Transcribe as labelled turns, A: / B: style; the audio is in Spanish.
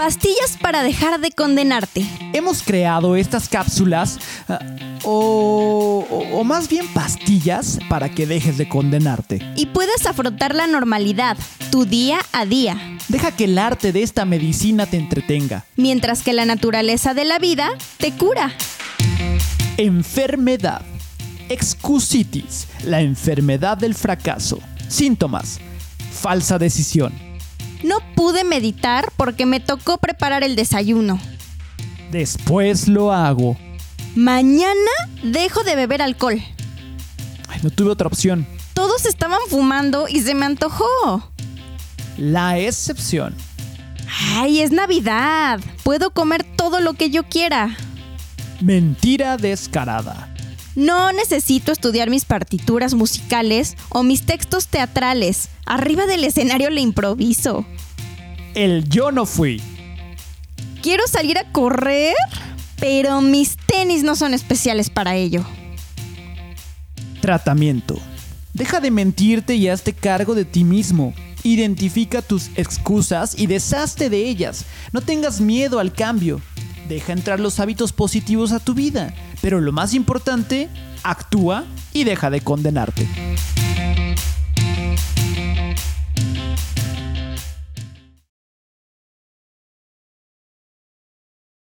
A: Pastillas para dejar de condenarte.
B: Hemos creado estas cápsulas ah, o, o- o más bien pastillas para que dejes de condenarte.
A: Y puedas afrontar la normalidad, tu día a día.
B: Deja que el arte de esta medicina te entretenga.
A: Mientras que la naturaleza de la vida te cura.
B: Enfermedad. Excusitis, la enfermedad del fracaso. Síntomas. Falsa decisión.
A: No pude meditar porque me tocó preparar el desayuno.
B: Después lo hago.
A: Mañana dejo de beber alcohol.
B: Ay, no tuve otra opción.
A: Todos estaban fumando y se me antojó.
B: La excepción.
A: Ay, es Navidad. Puedo comer todo lo que yo quiera.
B: Mentira descarada.
A: No necesito estudiar mis partituras musicales o mis textos teatrales. Arriba del escenario le improviso.
B: El yo no fui.
A: Quiero salir a correr, pero mis tenis no son especiales para ello.
B: Tratamiento. Deja de mentirte y hazte cargo de ti mismo. Identifica tus excusas y deshazte de ellas. No tengas miedo al cambio. Deja entrar los hábitos positivos a tu vida. Pero lo más importante, actúa y deja de condenarte.